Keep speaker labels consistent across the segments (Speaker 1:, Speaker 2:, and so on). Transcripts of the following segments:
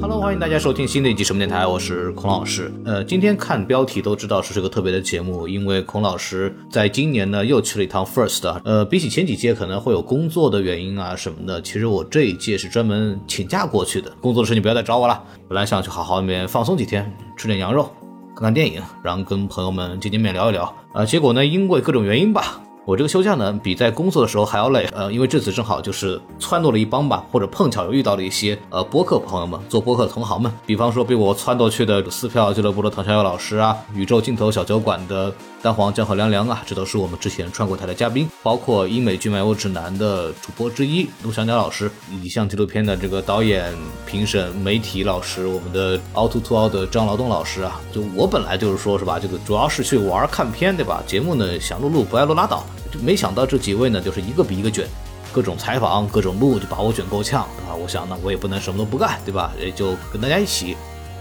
Speaker 1: Hello，欢迎大家收听新的一期什么电台，我是孔老师。呃，今天看标题都知道是这个特别的节目，因为孔老师在今年呢又去了一趟 First 啊。呃，比起前几届可能会有工作的原因啊什么的，其实我这一届是专门请假过去的。工作的事情不要再找我了，本来想去好好里面放松几天，吃点羊肉，看看电影，然后跟朋友们见见面聊一聊啊、结果呢，因为各种原因吧。我这个休假呢，比在工作的时候还要累，呃，因为这次正好就是撺掇了一帮吧，或者碰巧又遇到了一些呃播客朋友们，做播客的同行们，比方说被我撺掇去的撕票俱乐部的唐小友老师啊，宇宙尽头小酒馆的蛋黄酱和凉凉啊，这都是我们之前串过台的嘉宾，包括英美剧漫游指南的主播之一陆小鸟老师，以及像纪录片的这个导演、评审、媒体老师，我们的凹凸凸凹的张劳动老师啊，就我本来就是说是吧，这个主要是去玩儿看片对吧？节目呢想录录，不爱录拉倒，就没想到这几位呢就是一个比一个卷。各种采访，各种录，就把我卷够呛，对吧？我想呢，我也不能什么都不干，对吧？也就跟大家一起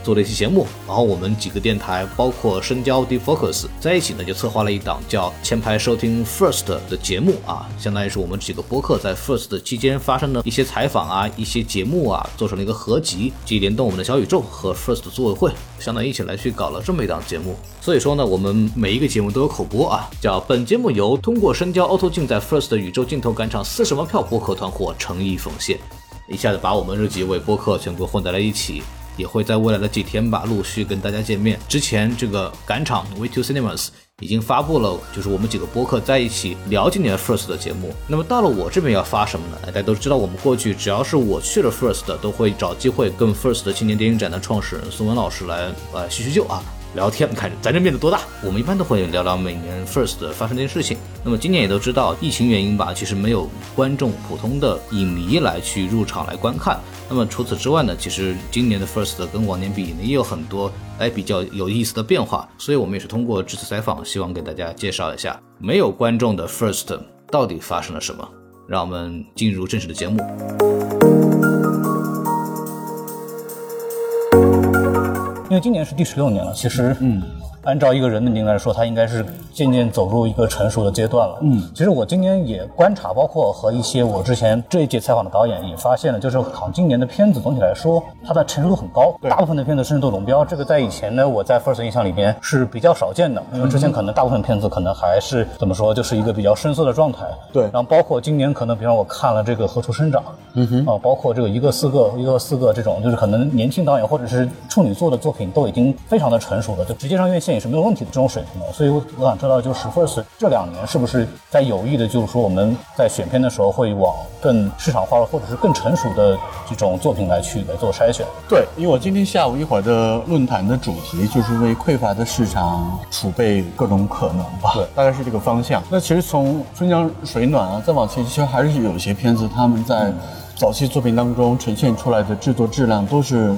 Speaker 1: 做了一期节目，然后我们几个电台，包括深交 d Focus 在一起呢，就策划了一档叫“前排收听 First” 的节目啊，相当于是我们几个播客在 First 的期间发生的一些采访啊、一些节目啊，做成了一个合集，即联动我们的小宇宙和 First 的组委会，相当于一起来去搞了这么一档节目。所以说呢，我们每一个节目都有口播啊，叫本节目由通过深交凹凸镜在 First 的宇宙镜头赶场四十万票播客团伙诚意奉献。一下子把我们这几位播客全部混在了一起，也会在未来的几天吧，陆续跟大家见面。之前这个赶场 We Two Cinemas 已经发布了，就是我们几个播客在一起聊今年 First 的节目。那么到了我这边要发什么呢？哎大家都知道，我们过去只要是我去了 First 的，都会找机会跟 First 的青年电影展的创始人宋文老师来呃叙叙旧啊。聊天，你看咱这面子多大？我们一般都会聊聊每年 First 发生这件事情。那么今年也都知道，疫情原因吧，其实没有观众普通的影迷来去入场来观看。那么除此之外呢，其实今年的 First 跟往年比呢，也有很多哎比较有意思的变化。所以我们也是通过这次采访，希望给大家介绍一下没有观众的 First 到底发生了什么。让我们进入正式的节目。
Speaker 2: 因为今年是第十六年了，其实，嗯，按照一个人的年龄来说，他应该是渐渐走入一个成熟的阶段了。嗯，其实我今年也观察，包括和一些我之前这一届采访的导演也发现了，就是好像今年的片子总体来说，它的成熟度很高，大部分的片子甚至都龙标。这个在以前呢，我在 First 印象里边是比较少见的，因为之前可能大部分片子可能还是怎么说，就是一个比较生涩的状态。
Speaker 3: 对
Speaker 2: 然后包括今年可能，比方我看了这个《何处生长》，嗯哼，啊，包括这个一个四个一个四个这种，就是可能年轻导演或者是处女作的作品都已经非常的成熟了，就直接上院线也是没有问题的这种水平了。所以我我想知道，就是 First 这两年是不是在有意的，就是说我们在选片的时候会往更市场化或者是更成熟的这种作品来去来做筛选？
Speaker 3: 对，因为我今天下午一会儿的论坛的主题就是为匮乏的市场储备各种可能吧，
Speaker 2: 对
Speaker 3: 大概是这个方向。那其实从《春江水暖》啊，再往前，其实还是有一些片子他们在早期作品当中呈现出来的制作质量都是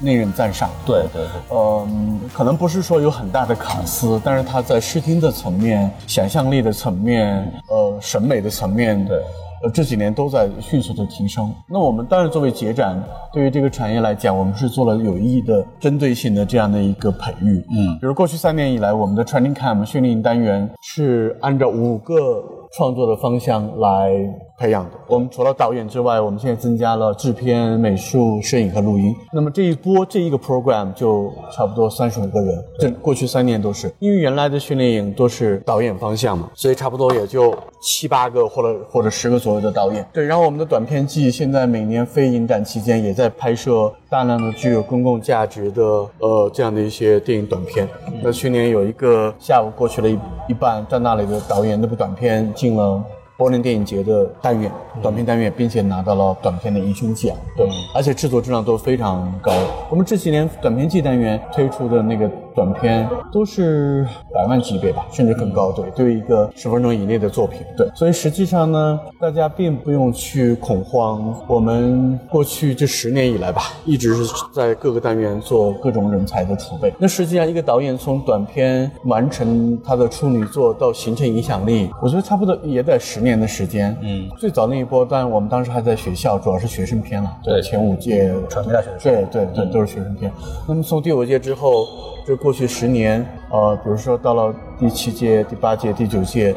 Speaker 3: 令人赞赏的。
Speaker 2: 对对对。
Speaker 3: 嗯，可能不是说有很大的卡斯，但是他在视听的层面、想象力的层面、呃审美的层面，
Speaker 2: 对，
Speaker 3: 呃这几年都在迅速的提升。那我们当然作为节展，对于这个产业来讲，我们是做了有意义的、针对性的这样的一个培育。
Speaker 2: 嗯，
Speaker 3: 比如过去三年以来，我们的 Training Camp 训练营单元是按照五个创作的方向来培养的。我们除了导演之外，我们现在增加了制片、美术、摄影和录音。那么这一波这一个 program 就差不多三十五个人，这过去三年都是，因为原来的训练营都是导演方向嘛，所以差不多也就七八个或者或者十个左右的导演。对，然后我们的短片季现在每年非影展期间也在拍摄大量的具有公共价值的呃这样的一些电影短片。那去年有一个下午过去了一一半，在那里的导演那部短片进了。柏林电影节的单元短片单元，并且拿到了短片的银熊奖，对，而且制作质量都非常高。我们这几年短片季单元推出的那个短片都是百万级别吧，甚至更高，对，对于一个十分钟以内的作品，对。所以实际上呢，大家并不用去恐慌。我们过去这十年以来吧，一直是在各个单元做各种人才的储备。那实际上，一个导演从短片完成他的处女作到形成影响力，我觉得差不多也得十年的时间。嗯，最早那一波，但我们当时还在学校，主要是学生片了。
Speaker 2: 对
Speaker 3: 前五届
Speaker 2: 传媒大学的时
Speaker 3: 对对对，都是学生片。那么从第五届之后，这过去十年，呃，比如说到了第七届、第八届、第九届，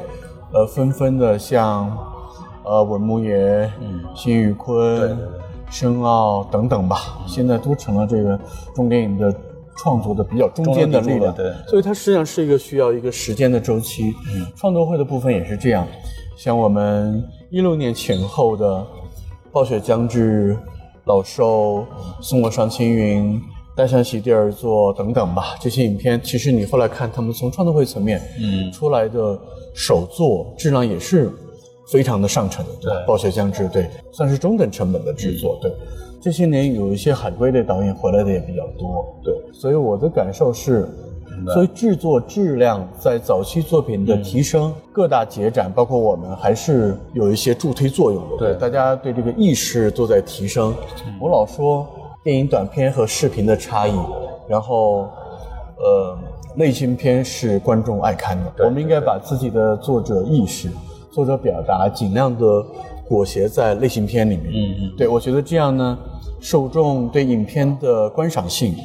Speaker 3: 呃，纷纷的像，呃，文牧野、辛宇坤、深奥等等吧，现在都成了这个中电影的创作的比较中间的力
Speaker 2: 中流砥
Speaker 3: 量。
Speaker 2: 柱了对
Speaker 3: 所以它实际上是一个需要一个时间的周期。创作会的部分也是这样，像我们一六年前后的《暴雪将至》《老兽》《送我上青云》《带上席地而坐》等等吧，这些影片其实你后来看，他们从创作会层面嗯出来的首作质量也是非常的上乘的，对吧
Speaker 2: 对嗯
Speaker 3: 暴雪将至》对，算是中等成本的制作，对。这些年有一些海归的导演回来的也比较多，对，所以我的感受是，所以制作质量在早期作品
Speaker 2: 嗯
Speaker 3: 的提升，各大节展包括我们还是有一些助推作用的，
Speaker 2: 对
Speaker 3: 大家对这个意识都在提升。我老说电影短片和视频的差异，然后呃，类型片是观众爱看的，我们应该把自己的作者意识、作者表达尽量的裹挟在类型片里面。嗯嗯，对我觉得这样呢，受众对影片的观赏性、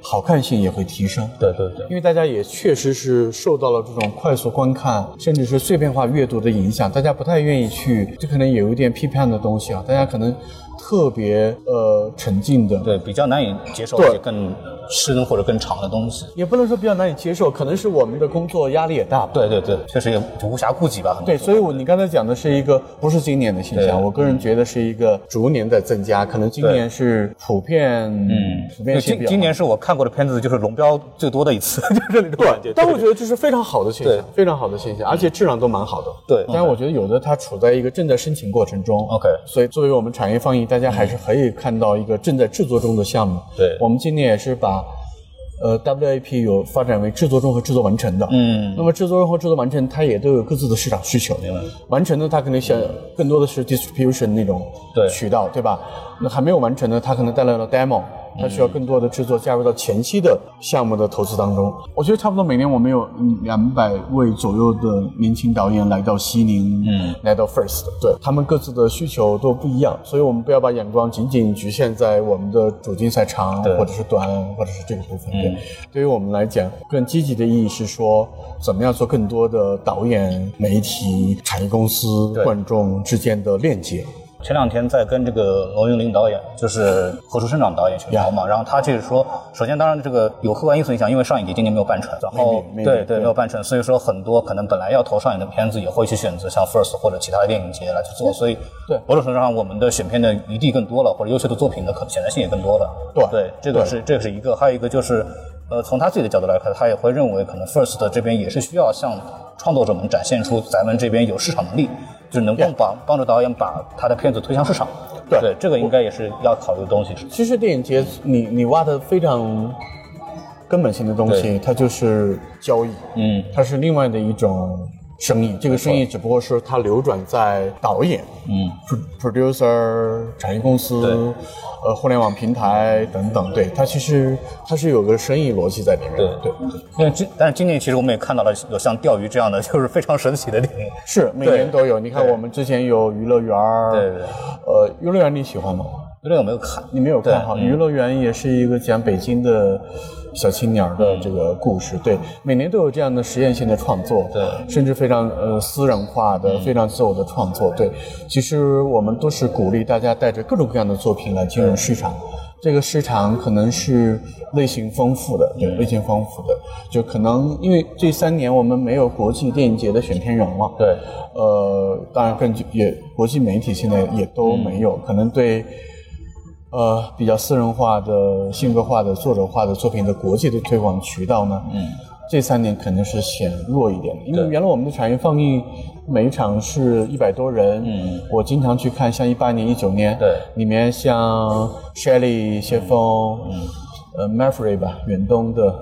Speaker 3: 好看性也会提升。
Speaker 2: 对对对，
Speaker 3: 因为大家也确实是受到了这种快速观看，甚至是碎片化阅读的影响，大家不太愿意去，这可能有一点批判的东西啊，大家可能特别呃沉浸的，
Speaker 2: 对比较难以接受一
Speaker 3: 对
Speaker 2: 些更深或者更长的东西。
Speaker 3: 也不能说比较难以接受，可能是我们的工作压力也大吧。
Speaker 2: 对对对，确实也无暇顾及吧。很多
Speaker 3: 对，所以我你刚才讲的是一个不是今年的现象，
Speaker 2: 对
Speaker 3: 我个人觉得是一个逐年在增加，可能今年是普遍，嗯，普遍
Speaker 2: 对
Speaker 3: 性比
Speaker 2: 今
Speaker 3: 较
Speaker 2: 今年是我看过的片子，就是龙标最多的一次， 就是这种感觉。
Speaker 3: 但我觉得这是非常好的现象
Speaker 2: 对，
Speaker 3: 非常好的现象，而且质量都蛮好的。
Speaker 2: 对嗯
Speaker 3: 但是我觉得有的它处在一个正在申请过程中。
Speaker 2: OK
Speaker 3: 所以作为我们产业放映，大家还是可以看到一个正在制作中的项目。
Speaker 2: 对
Speaker 3: 我们今年也是把。呃，WIP 有发展为制作中和制作完成的，嗯，那么制作中和制作完成，它也都有各自的市场需求。完成的，它可能想更多的是 distribution 那种
Speaker 2: 对
Speaker 3: 渠道，对吧？那还没有完成的，它可能带来了 demo，它需要更多的制作加入到前期的项目的投资当中。我觉得差不多每年我们有两百位左右的年轻导演来到西宁，嗯，来到 First，对他们各自的需求都不一样，所以我们不要把眼光仅仅局限在我们的主竞赛场
Speaker 2: 对嗯
Speaker 3: 或者是短或者是这个部分。对，对于我们来讲，更积极的意义是说，怎么样做更多的导演、媒体、产业公司、
Speaker 2: 对
Speaker 3: 观众之间的链接。
Speaker 2: 前两天在跟这个罗云林导演，就是何处生长导演去聊嘛，然后他就是说，首先当然这个有客观因素影响，因为上影节今年没有办成，然后
Speaker 3: Maybe, maybe,
Speaker 2: 对对
Speaker 3: 对
Speaker 2: 没有办成，所以说很多可能本来要投上影的片子也会去选择像 First 或者其他的电影节来去做，所以
Speaker 3: 对
Speaker 2: 某种程度上我们的选片的余地更多了，或者优秀的作品的可显然性也更多了。
Speaker 3: 对
Speaker 2: 对，这个
Speaker 3: 对
Speaker 2: 是这个是一个，还有一个就是。呃，从他自己的角度来看，他也会认为可能 First 的这边也是需要向创作者们展现出咱们这边有市场能力，就是能够
Speaker 3: Yeah
Speaker 2: 帮帮助导演把他的片子推向市场。
Speaker 3: 对
Speaker 2: 这个应该也是要考虑的东西。是
Speaker 3: 其实电影节，你你挖的非常根本性的东西，
Speaker 2: 对
Speaker 3: 它就是交易，
Speaker 2: 嗯，
Speaker 3: 它是另外的一种生意。这个生意只不过是它流转在导演、嗯，producer、产业公司、呃，互联网平台等等。对，它其实它是有个生意逻辑在里面的。对对，
Speaker 2: 因为今但是今年其实我们也看到了有像钓鱼这样的，就是非常神奇的电影。
Speaker 3: 是每
Speaker 2: 对
Speaker 3: 年都有。你看，
Speaker 2: 对
Speaker 3: 我们之前有娱乐园儿
Speaker 2: 对对对
Speaker 3: 呃，娱乐园你喜欢吗？
Speaker 2: 有点有没有看？
Speaker 3: 你没有看哈，
Speaker 2: 对嗯
Speaker 3: 娱乐园也是一个讲北京的小青年儿的这个故事。对，每年都有这样的实验性的创作，
Speaker 2: 对嗯
Speaker 3: 甚至非常呃私人化的、非常自我的创作。对，其实我们都是鼓励大家带着各种各样的作品来进入市场。这个市场可能是类型丰富的，对，类型丰富的，就可能因为这三年我们没有国际电影节的选片人了，
Speaker 2: 对，
Speaker 3: 呃，当然更具也国际媒体现在也都
Speaker 2: 嗯
Speaker 3: 没有，可能对呃比较私人化的、性格化的、作者化的作品的国际的推广渠道呢，嗯，这三年肯定是显弱一点的，因为原来我们的产业放映每一场是一百多人，嗯，我经常去看，像一八年、一九年，
Speaker 2: 对
Speaker 3: 里面像 Shelly、谢峰，
Speaker 2: 嗯
Speaker 3: 呃 m a f r y 吧，远东的，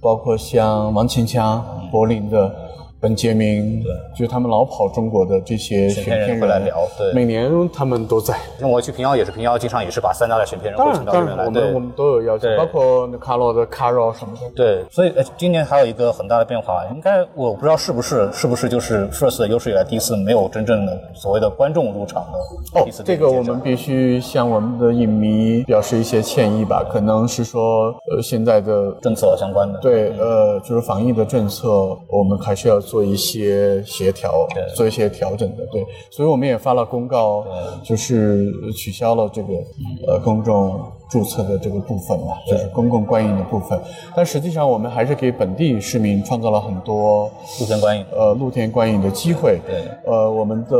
Speaker 3: 包括像王勤强、
Speaker 2: 嗯
Speaker 3: 柏林的。本杰明，就是他们老跑中国的这些
Speaker 2: 选
Speaker 3: 选
Speaker 2: 片人
Speaker 3: 片人
Speaker 2: 会来聊对
Speaker 3: 每年他们都在，
Speaker 2: 因为我去平遥也是平遥，经常也是把三大的选片人
Speaker 3: 当
Speaker 2: 会请
Speaker 3: 然，
Speaker 2: 到
Speaker 3: 当
Speaker 2: 这边
Speaker 3: 然，
Speaker 2: 来。
Speaker 3: 我
Speaker 2: 对
Speaker 3: 们我们都有要求
Speaker 2: 对，
Speaker 3: 包括那卡罗的 Caro 什么的。
Speaker 2: 对，所以呃，今年还有一个很大的变化，应该我不知道是不是是不是就是 First 的有史以来第一次没有真正的所谓的观众入场的
Speaker 3: 哦
Speaker 2: 第一次，
Speaker 3: 这
Speaker 2: 电影
Speaker 3: 个
Speaker 2: 节
Speaker 3: 我们必须向我们的影迷表示一些歉意吧，可能是说，呃，现在的
Speaker 2: 政策相关的。
Speaker 3: 对，呃，就是防疫的政策，我们还是要做一些协调，做一些调整的。对，所以我们也发了公告，就是取消了这个呃公众注册的这个部分嘛，就是公共观影的部分。但实际上，我们还是给本地市民创造了很多
Speaker 2: 露天观影
Speaker 3: 呃露天观影的机会。
Speaker 2: 对
Speaker 3: 呃，我们的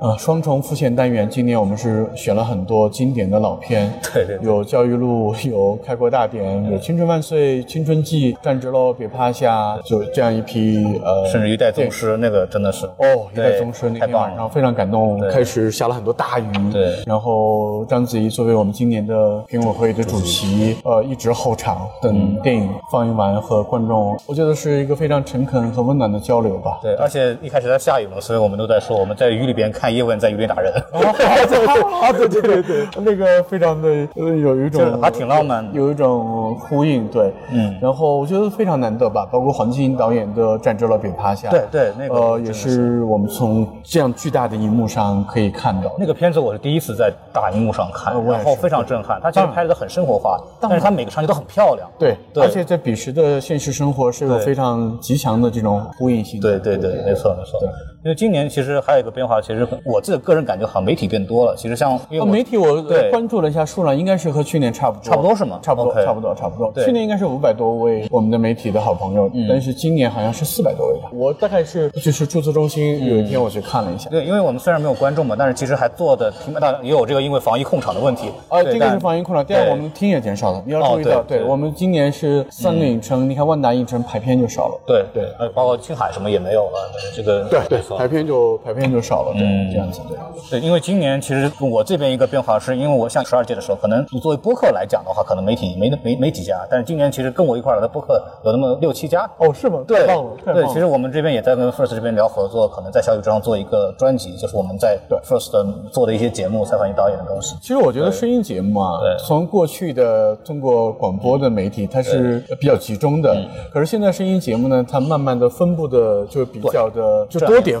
Speaker 3: 呃双重复现单元，今年我们是选了很多经典的老片，
Speaker 2: 对对对
Speaker 3: 有《教育路》，有《开国大典》，有《青春万岁》《青春记》《站直喽，别趴下》，就这样一批呃，
Speaker 2: 甚至一代宗师那个真的是
Speaker 3: 哦，一代
Speaker 2: 对
Speaker 3: 宗师那
Speaker 2: 太
Speaker 3: 天晚
Speaker 2: 棒
Speaker 3: 上
Speaker 2: 了，
Speaker 3: 非常感动，
Speaker 2: 对
Speaker 3: 开始下了很多大雨。
Speaker 2: 对
Speaker 3: 然后章子怡作为我们今年的评委会的主席，呃，一直候场等
Speaker 2: 嗯
Speaker 3: 电影放映完和观众，我觉得是一个非常诚恳和温暖的交流吧。
Speaker 2: 对，而且一开始在下雨嘛，所以我们都在说我们在雨里边看叶问在雨里打人，
Speaker 3: 啊，对对对对，那个非常的呃有 一
Speaker 2: 就是
Speaker 3: 种
Speaker 2: 还挺浪漫的
Speaker 3: 有一种呼应，对，
Speaker 2: 嗯
Speaker 3: 然后我觉得非常难得吧，包括黄金导演的《战争了别趴下》，
Speaker 2: 对对那个
Speaker 3: 呃
Speaker 2: 真
Speaker 3: 也
Speaker 2: 的
Speaker 3: 是我们从这样巨大的荧幕上可以看到，
Speaker 2: 那个片子我是第一次在大荧幕上看
Speaker 3: 呃我，也
Speaker 2: 然后
Speaker 3: 是
Speaker 2: 非常震撼。它其实拍的很生活化，但是它每个场景都很漂亮。
Speaker 3: 对，
Speaker 2: 对
Speaker 3: 而且在彼时的现实生活是有
Speaker 2: 对
Speaker 3: 非常极强的这种呼应性
Speaker 2: 对
Speaker 3: 的，
Speaker 2: 对对，没错没错。因为今年其实还有一个变化，其实我自己个人感觉好像媒体变多了。其实像因为
Speaker 3: 呃
Speaker 2: 我
Speaker 3: 媒体我
Speaker 2: 对
Speaker 3: 关注了一下数量，应该是和去年差不多，
Speaker 2: 差不多是吗
Speaker 3: 差不多，
Speaker 2: OK
Speaker 3: 差不多，差不多。
Speaker 2: 对嗯
Speaker 3: 去年应该是五百多位我们的媒体的好朋友，但是今年好像是四百多位吧。我大概是就是注册中
Speaker 2: 嗯
Speaker 3: 心有一天我去看了一下，
Speaker 2: 对，因为我们虽然没有观众嘛，但是其实还做的平板，当然也有这个因为防疫控场的问题。
Speaker 3: 啊，
Speaker 2: 对
Speaker 3: 这个是
Speaker 2: 但
Speaker 3: 放映空了。第二，
Speaker 2: 对
Speaker 3: 我们厅也减少了，你要注意到
Speaker 2: 哦，对
Speaker 3: 对
Speaker 2: 对
Speaker 3: 我们今年是三个影城，你看万达影城排片就少了，
Speaker 2: 对对，呃，包括青海什么也没有了，这个没错
Speaker 3: 排片就排片就少了，对，这样子对。
Speaker 2: 对，因为今年其实我这边一个变化是，因为我像十二届的时候，可能你作为播客来讲的话，可能媒体没那没没几家，但是今年其实跟我一块儿来的播客有那么六七家。
Speaker 3: 哦，是吗？
Speaker 2: 对
Speaker 3: 太棒了，太棒
Speaker 2: 对，
Speaker 3: 了
Speaker 2: 其实我们这边也在跟 First 这边聊合作，可能在小宇宙上做一个专辑，就是我们在 First 的做的一些节目，采访一些导演的东西。
Speaker 3: 其实我觉得声音节目啊，从过去的通过广播的媒体，它是比较集中
Speaker 2: 嗯
Speaker 3: 的。可是现在声音节目呢，它慢慢的分布的就比较的就多点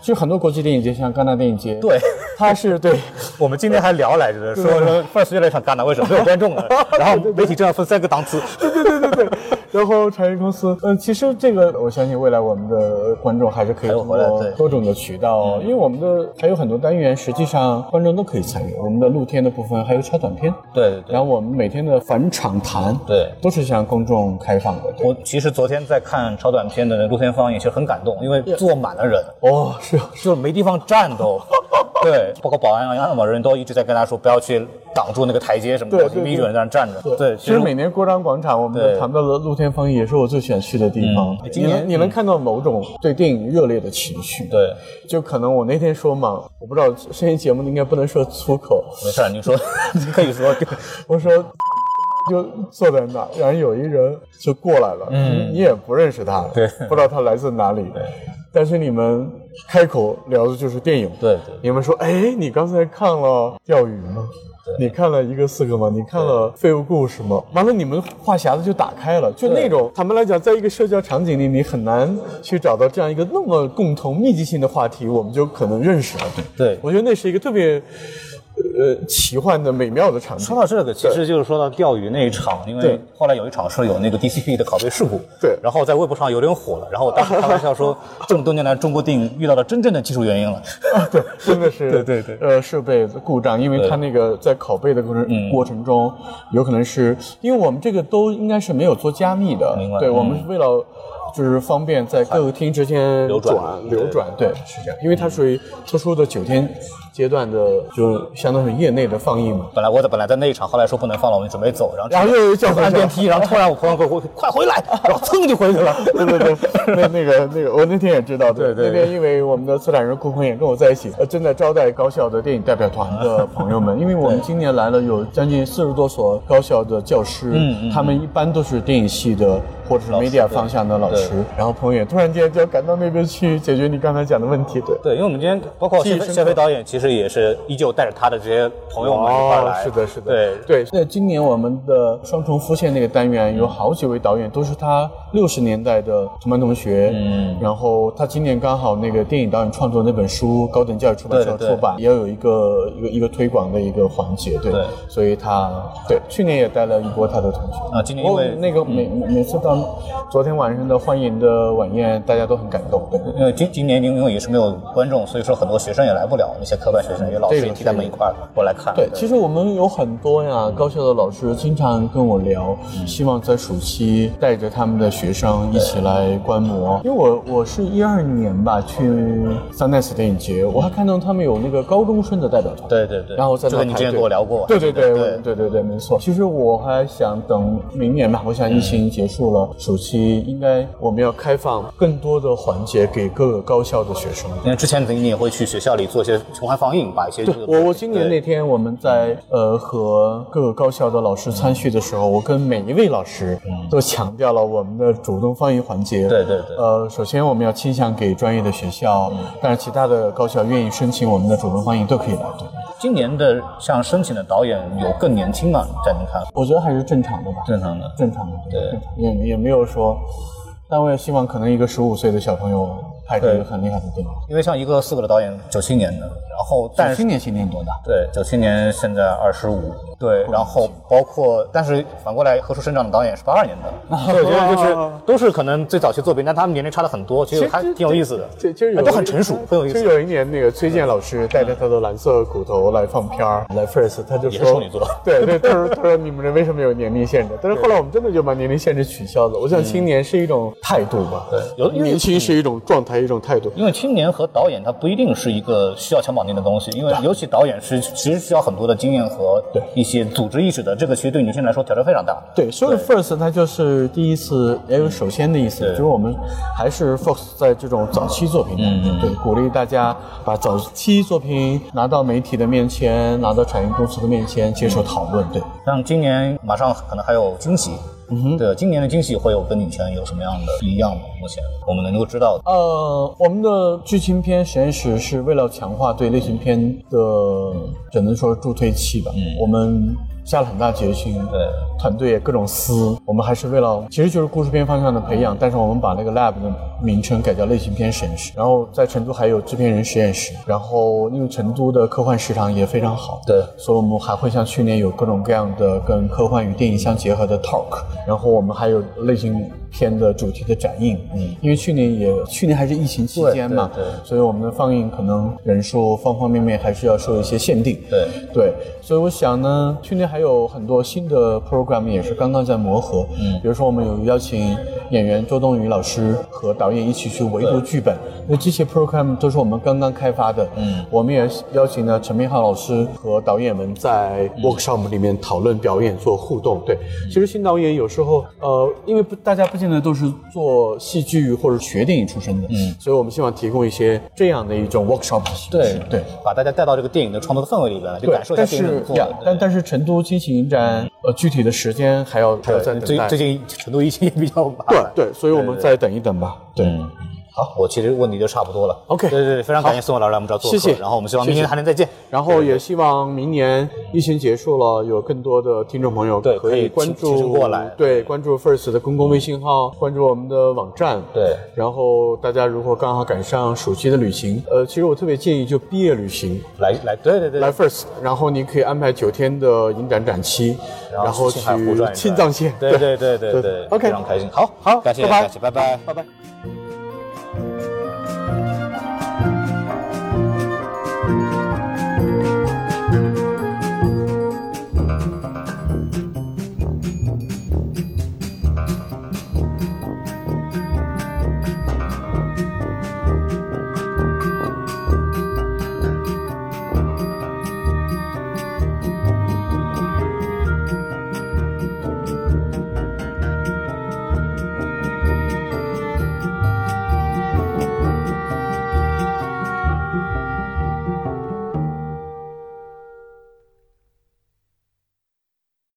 Speaker 3: 其实很多国际电影节，像戛纳电影节，
Speaker 2: 对，
Speaker 3: 它是对，
Speaker 2: 我们今天还聊来着，说说 First 越来越想干了，为什么没有观众了？然后媒体正要分三个档次。
Speaker 3: 然后产业公司，嗯，其实这个我相信未来我们的观众还是可以
Speaker 2: 还有
Speaker 3: 通
Speaker 2: 回来
Speaker 3: 过
Speaker 2: 对
Speaker 3: 多种的渠道，因为我们的还有很多单元，实际上观众都可以参与。我们的露天的部分还有超短片，
Speaker 2: 对对对。
Speaker 3: 然后我们每天的返场谈，
Speaker 2: 对
Speaker 3: 都是向公众开放的。对
Speaker 2: 我其实昨天在看超短片的露天放映，其实很感动，因为坐满了人，
Speaker 3: 哦，是啊
Speaker 2: 就是没地方站 都。对，包括保安啊、安保人员都一直在跟他说不要去挡住那个台阶什么的，
Speaker 3: 对
Speaker 2: 东西，
Speaker 3: 对
Speaker 2: 因为一有人在那站着。对，
Speaker 3: 其实每年郭张广场，我们
Speaker 2: 对
Speaker 3: 都谈到了露天放映，也是我最想去的地方。
Speaker 2: 嗯
Speaker 3: 你
Speaker 2: 今年
Speaker 3: 能你能看到某种对电影热烈的情绪。，
Speaker 2: 对，
Speaker 3: 就可能我那天说嘛，我不知道声音节目应该不能说粗口，
Speaker 2: 没事儿，你 说你可以说。
Speaker 3: 我说 就坐在那儿，然后有一人就过来了，嗯，你也不认识他，
Speaker 2: 对
Speaker 3: 不知道他来自哪里，但是你们开口聊的就是电影，
Speaker 2: 对对
Speaker 3: 你们说，哎，你刚才看了《钓鱼》吗？你看了一个四个吗？你看了《废物故事》吗？完了，你们话匣子就打开了，就那种坦白来讲，在一个社交场景里，你很难去找到这样一个那么共同密集性的话题，我们就可能认识了。
Speaker 2: 对
Speaker 3: 我觉得那是一个特别呃奇幻的美妙的场景。
Speaker 2: 说到这个，其实就是说到钓鱼那一场，因
Speaker 3: 对
Speaker 2: 为后来有一场是有那个 DCP 的拷贝事故，
Speaker 3: 对
Speaker 2: 然后在微博上有点火了，然后我当时开玩笑 说，这么多年来中国电影遇到了真正的技术原因了，
Speaker 3: 对，真的是
Speaker 2: 对对对
Speaker 3: 呃，设备故障，因为它那个在拷贝的过
Speaker 2: 嗯
Speaker 3: 程过程中，有可能是因为我们这个都应该是没有做加密的
Speaker 2: 明，白
Speaker 3: 对，
Speaker 2: 嗯
Speaker 3: 我们是为了就是方便在各个厅之间
Speaker 2: 流转
Speaker 3: 转流转，对，是这样，因为它属于特殊的九天阶段的，就相当于业内的放映嘛。
Speaker 2: 本来我在本来在那一场，后来说不能放了，我们准备走，然后
Speaker 3: 然后又有一叫
Speaker 2: 按电梯，然后突然我朋友给我快回来，然后蹭就回去了。
Speaker 3: 对对对，那那个那个，我那天也知道，对
Speaker 2: 对对
Speaker 3: 那边因为我们的策展人顾坤也跟我在一起，呃，正在招待高校的电影代表团的朋友们，因为我们今年来了有将近四十多所高校的教师，他们一般都是电影系的或者是
Speaker 2: 嗯老师对
Speaker 3: media 方向的老师，然后朋友也突然间就要赶到那边去解决你刚才讲的问题，对。
Speaker 2: 对，因为我们今天包括
Speaker 3: 记忆
Speaker 2: 谢
Speaker 3: 深刻
Speaker 2: 谢飞导演，其实也是依旧带着他的这些朋友们一块儿来，
Speaker 3: 哦是的，是的，
Speaker 2: 对
Speaker 3: 对。那今年我们的双重复现那个单元有好几位导演都是他六十年代的同班同学，
Speaker 2: 嗯
Speaker 3: 然后他今年刚好那个电影导演创作那本书高等教育出版社
Speaker 2: 对对
Speaker 3: 出版，也有一个一个一个推广的一个环节，对，
Speaker 2: 对
Speaker 3: 所以他对去年也带了一波他的同学。
Speaker 2: 啊，今年
Speaker 3: 不
Speaker 2: 因
Speaker 3: 过
Speaker 2: 为
Speaker 3: 哦那个每、每次到昨天晚上的欢迎的晚宴，大家都很感动，对。
Speaker 2: 因为今今年因为也是没有观众，所以说很多学生也来不了，那些科班学生，也老师
Speaker 3: 这
Speaker 2: 也
Speaker 3: 个
Speaker 2: 替他们一块儿过来看。
Speaker 3: 对，嗯其实我们有很多呀，高校的老师经常跟我聊，希望在暑期带着他们的学生一起来观摩。因为我我是一二年吧去 Sundance 电影节，我还看到他们有那个高中生的代表团。
Speaker 2: 对对对，
Speaker 3: 然后在
Speaker 2: 这个
Speaker 3: 那
Speaker 2: 你之前
Speaker 3: 排队
Speaker 2: 跟我聊过，
Speaker 3: 对对对
Speaker 2: 对
Speaker 3: 对对对对，没错。其实我还想等明年吧，我想疫情结束了，暑期应该我们要开放更多的环节给各个高校的学生。
Speaker 2: 因为之前你也会去学校里做一些公开放映，把一些
Speaker 3: 对我，我今年那天我们在
Speaker 2: 嗯
Speaker 3: 呃和各个高校的老师参叙的时候，我跟每一位老师都强调了我们的主动放映环节。
Speaker 2: 嗯对嗯对对
Speaker 3: 呃，首先我们要倾向给专业的学校，但是其他的高校愿意申请我们的主动放映都可以来。对
Speaker 2: 今年的像申请的导演有更年轻嘛，在你看
Speaker 3: 我觉得还是正常的吧，
Speaker 2: 正常的。
Speaker 3: 正常的，
Speaker 2: 对
Speaker 3: 正常也也没有说，但我也希望可能一个十五岁的小朋友拍出一个
Speaker 2: 对
Speaker 3: 很厉害的电影。
Speaker 2: 因为像一个四个的导演，九七年的，然后但是
Speaker 3: 今年新年多大？
Speaker 2: 对，九七年现在二十五，对，然后包括，但是反过来，何处生长的导演是八二年 的，所以我觉得就是都是可能最早期作品，但他们年龄差的很多，其实还挺有意思的，
Speaker 3: 这其实有
Speaker 2: 哎都很成熟，很有意
Speaker 3: 就
Speaker 2: 思。
Speaker 3: 有一年，那个崔健老师带着他的蓝色骨头来放片儿，来 first，他就
Speaker 2: 嗯也
Speaker 3: 说
Speaker 2: 是处女座
Speaker 3: 对对，他说他说你们这为什么有年龄限制？但是后来我们真的就把年龄限制取消了。我想青年是一种态度吧，
Speaker 2: 嗯对有因为嗯
Speaker 3: 年轻是一种状态，一种态度。
Speaker 2: 因为青年和导演，他不一定是一个需要强绑定的东西，因为尤其导演是其实需要很多的经验和一些组织意识的，这个其实对女性来说挑战非常大。
Speaker 3: 对，所以 first 它就是第一次，也有首先的意思，
Speaker 2: 对
Speaker 3: 就是我们还是 Fox 在这种早期作品
Speaker 2: 嗯
Speaker 3: 当中，对，鼓励大家把早期作品拿到媒体的面前，拿到产业公司的面前接受讨论，对。
Speaker 2: 像今年马上可能还有惊喜，嗯哼，对，今年的惊喜会有跟以前有什么样的不一样吗？目前我们能够知道的，
Speaker 3: 呃，我们的剧情片实验室是为了强化对类型片的，只能说助推器吧。我们下了很大决心，
Speaker 2: 对，
Speaker 3: 团队也各种撕，我们还是为了，其实就是故事片方向的培养，但是我们把那个 lab 的名称改叫类型片实验室。然后在成都还有制片人实验室，然后因为成都的科幻市场也非常好，
Speaker 2: 对
Speaker 3: 所以我们还会像去年有各种各样的跟科幻与电影相结合的 talk，然后我们还有类型片的主题的展映，嗯，因为去年也去年还是疫情期间嘛，
Speaker 2: 对对对
Speaker 3: 所以我们的放映可能人数方方面面还是要受一些限定，
Speaker 2: 对
Speaker 3: 对，所以我想呢，去年还有很多新的 program 也是刚刚在磨合，嗯，比如说我们有邀请演员周冬雨老师和导演一起去围读剧本，那这些 program 都是我们刚刚开发的，嗯，我们也邀请了陈明浩老师和导演们在 workshop 里面讨论表演做互动，对，其实新导演有时候呃，因为不大家不见得都是做戏剧或者学电影出身的，嗯，所以我们希望提供一些这样的一种 workshop 的形式，
Speaker 2: 对
Speaker 3: 对。
Speaker 2: 把大家带到这个电影的创作的氛围里边来，就
Speaker 3: 对，
Speaker 2: 感受一下
Speaker 3: 但
Speaker 2: 电影怎
Speaker 3: 是
Speaker 2: 么做
Speaker 3: 呀
Speaker 2: 的。，
Speaker 3: 但但是成都新型影展，呃，具体的时间还要还要再
Speaker 2: 对
Speaker 3: 等待。
Speaker 2: 最最近成都疫情也比较麻
Speaker 3: 对
Speaker 2: 烦。
Speaker 3: 对，所以我们再等一等吧。对，
Speaker 2: 嗯，好，我其实问题就差不多了。
Speaker 3: OK
Speaker 2: 对对对，非常感谢宋老师来我们这儿做客，
Speaker 3: 谢谢
Speaker 2: 然后我们希望明
Speaker 3: 谢
Speaker 2: 天
Speaker 3: 谢
Speaker 2: 还能再见。
Speaker 3: 然后也希望明年疫情结束了，有更多的听众朋友
Speaker 2: 对可以
Speaker 3: 关
Speaker 2: 提提
Speaker 3: 注
Speaker 2: 升过来嗯
Speaker 3: 对，关注 First 的公共微信号，关注我们的网站。
Speaker 2: 对
Speaker 3: 然后大家如果刚好赶上暑期的旅行，呃，其实我特别建议就毕业旅行，
Speaker 2: 来来，对对对，
Speaker 3: 来 First，然后你可以安排九天的影展展期，然后去
Speaker 2: 青海湖转一转
Speaker 3: 青藏线。
Speaker 2: 对对对对对
Speaker 3: ，OK，
Speaker 2: 非常开心。好，
Speaker 3: 好
Speaker 2: 感谢
Speaker 3: 拜拜
Speaker 2: 感谢，拜拜。
Speaker 3: 拜拜。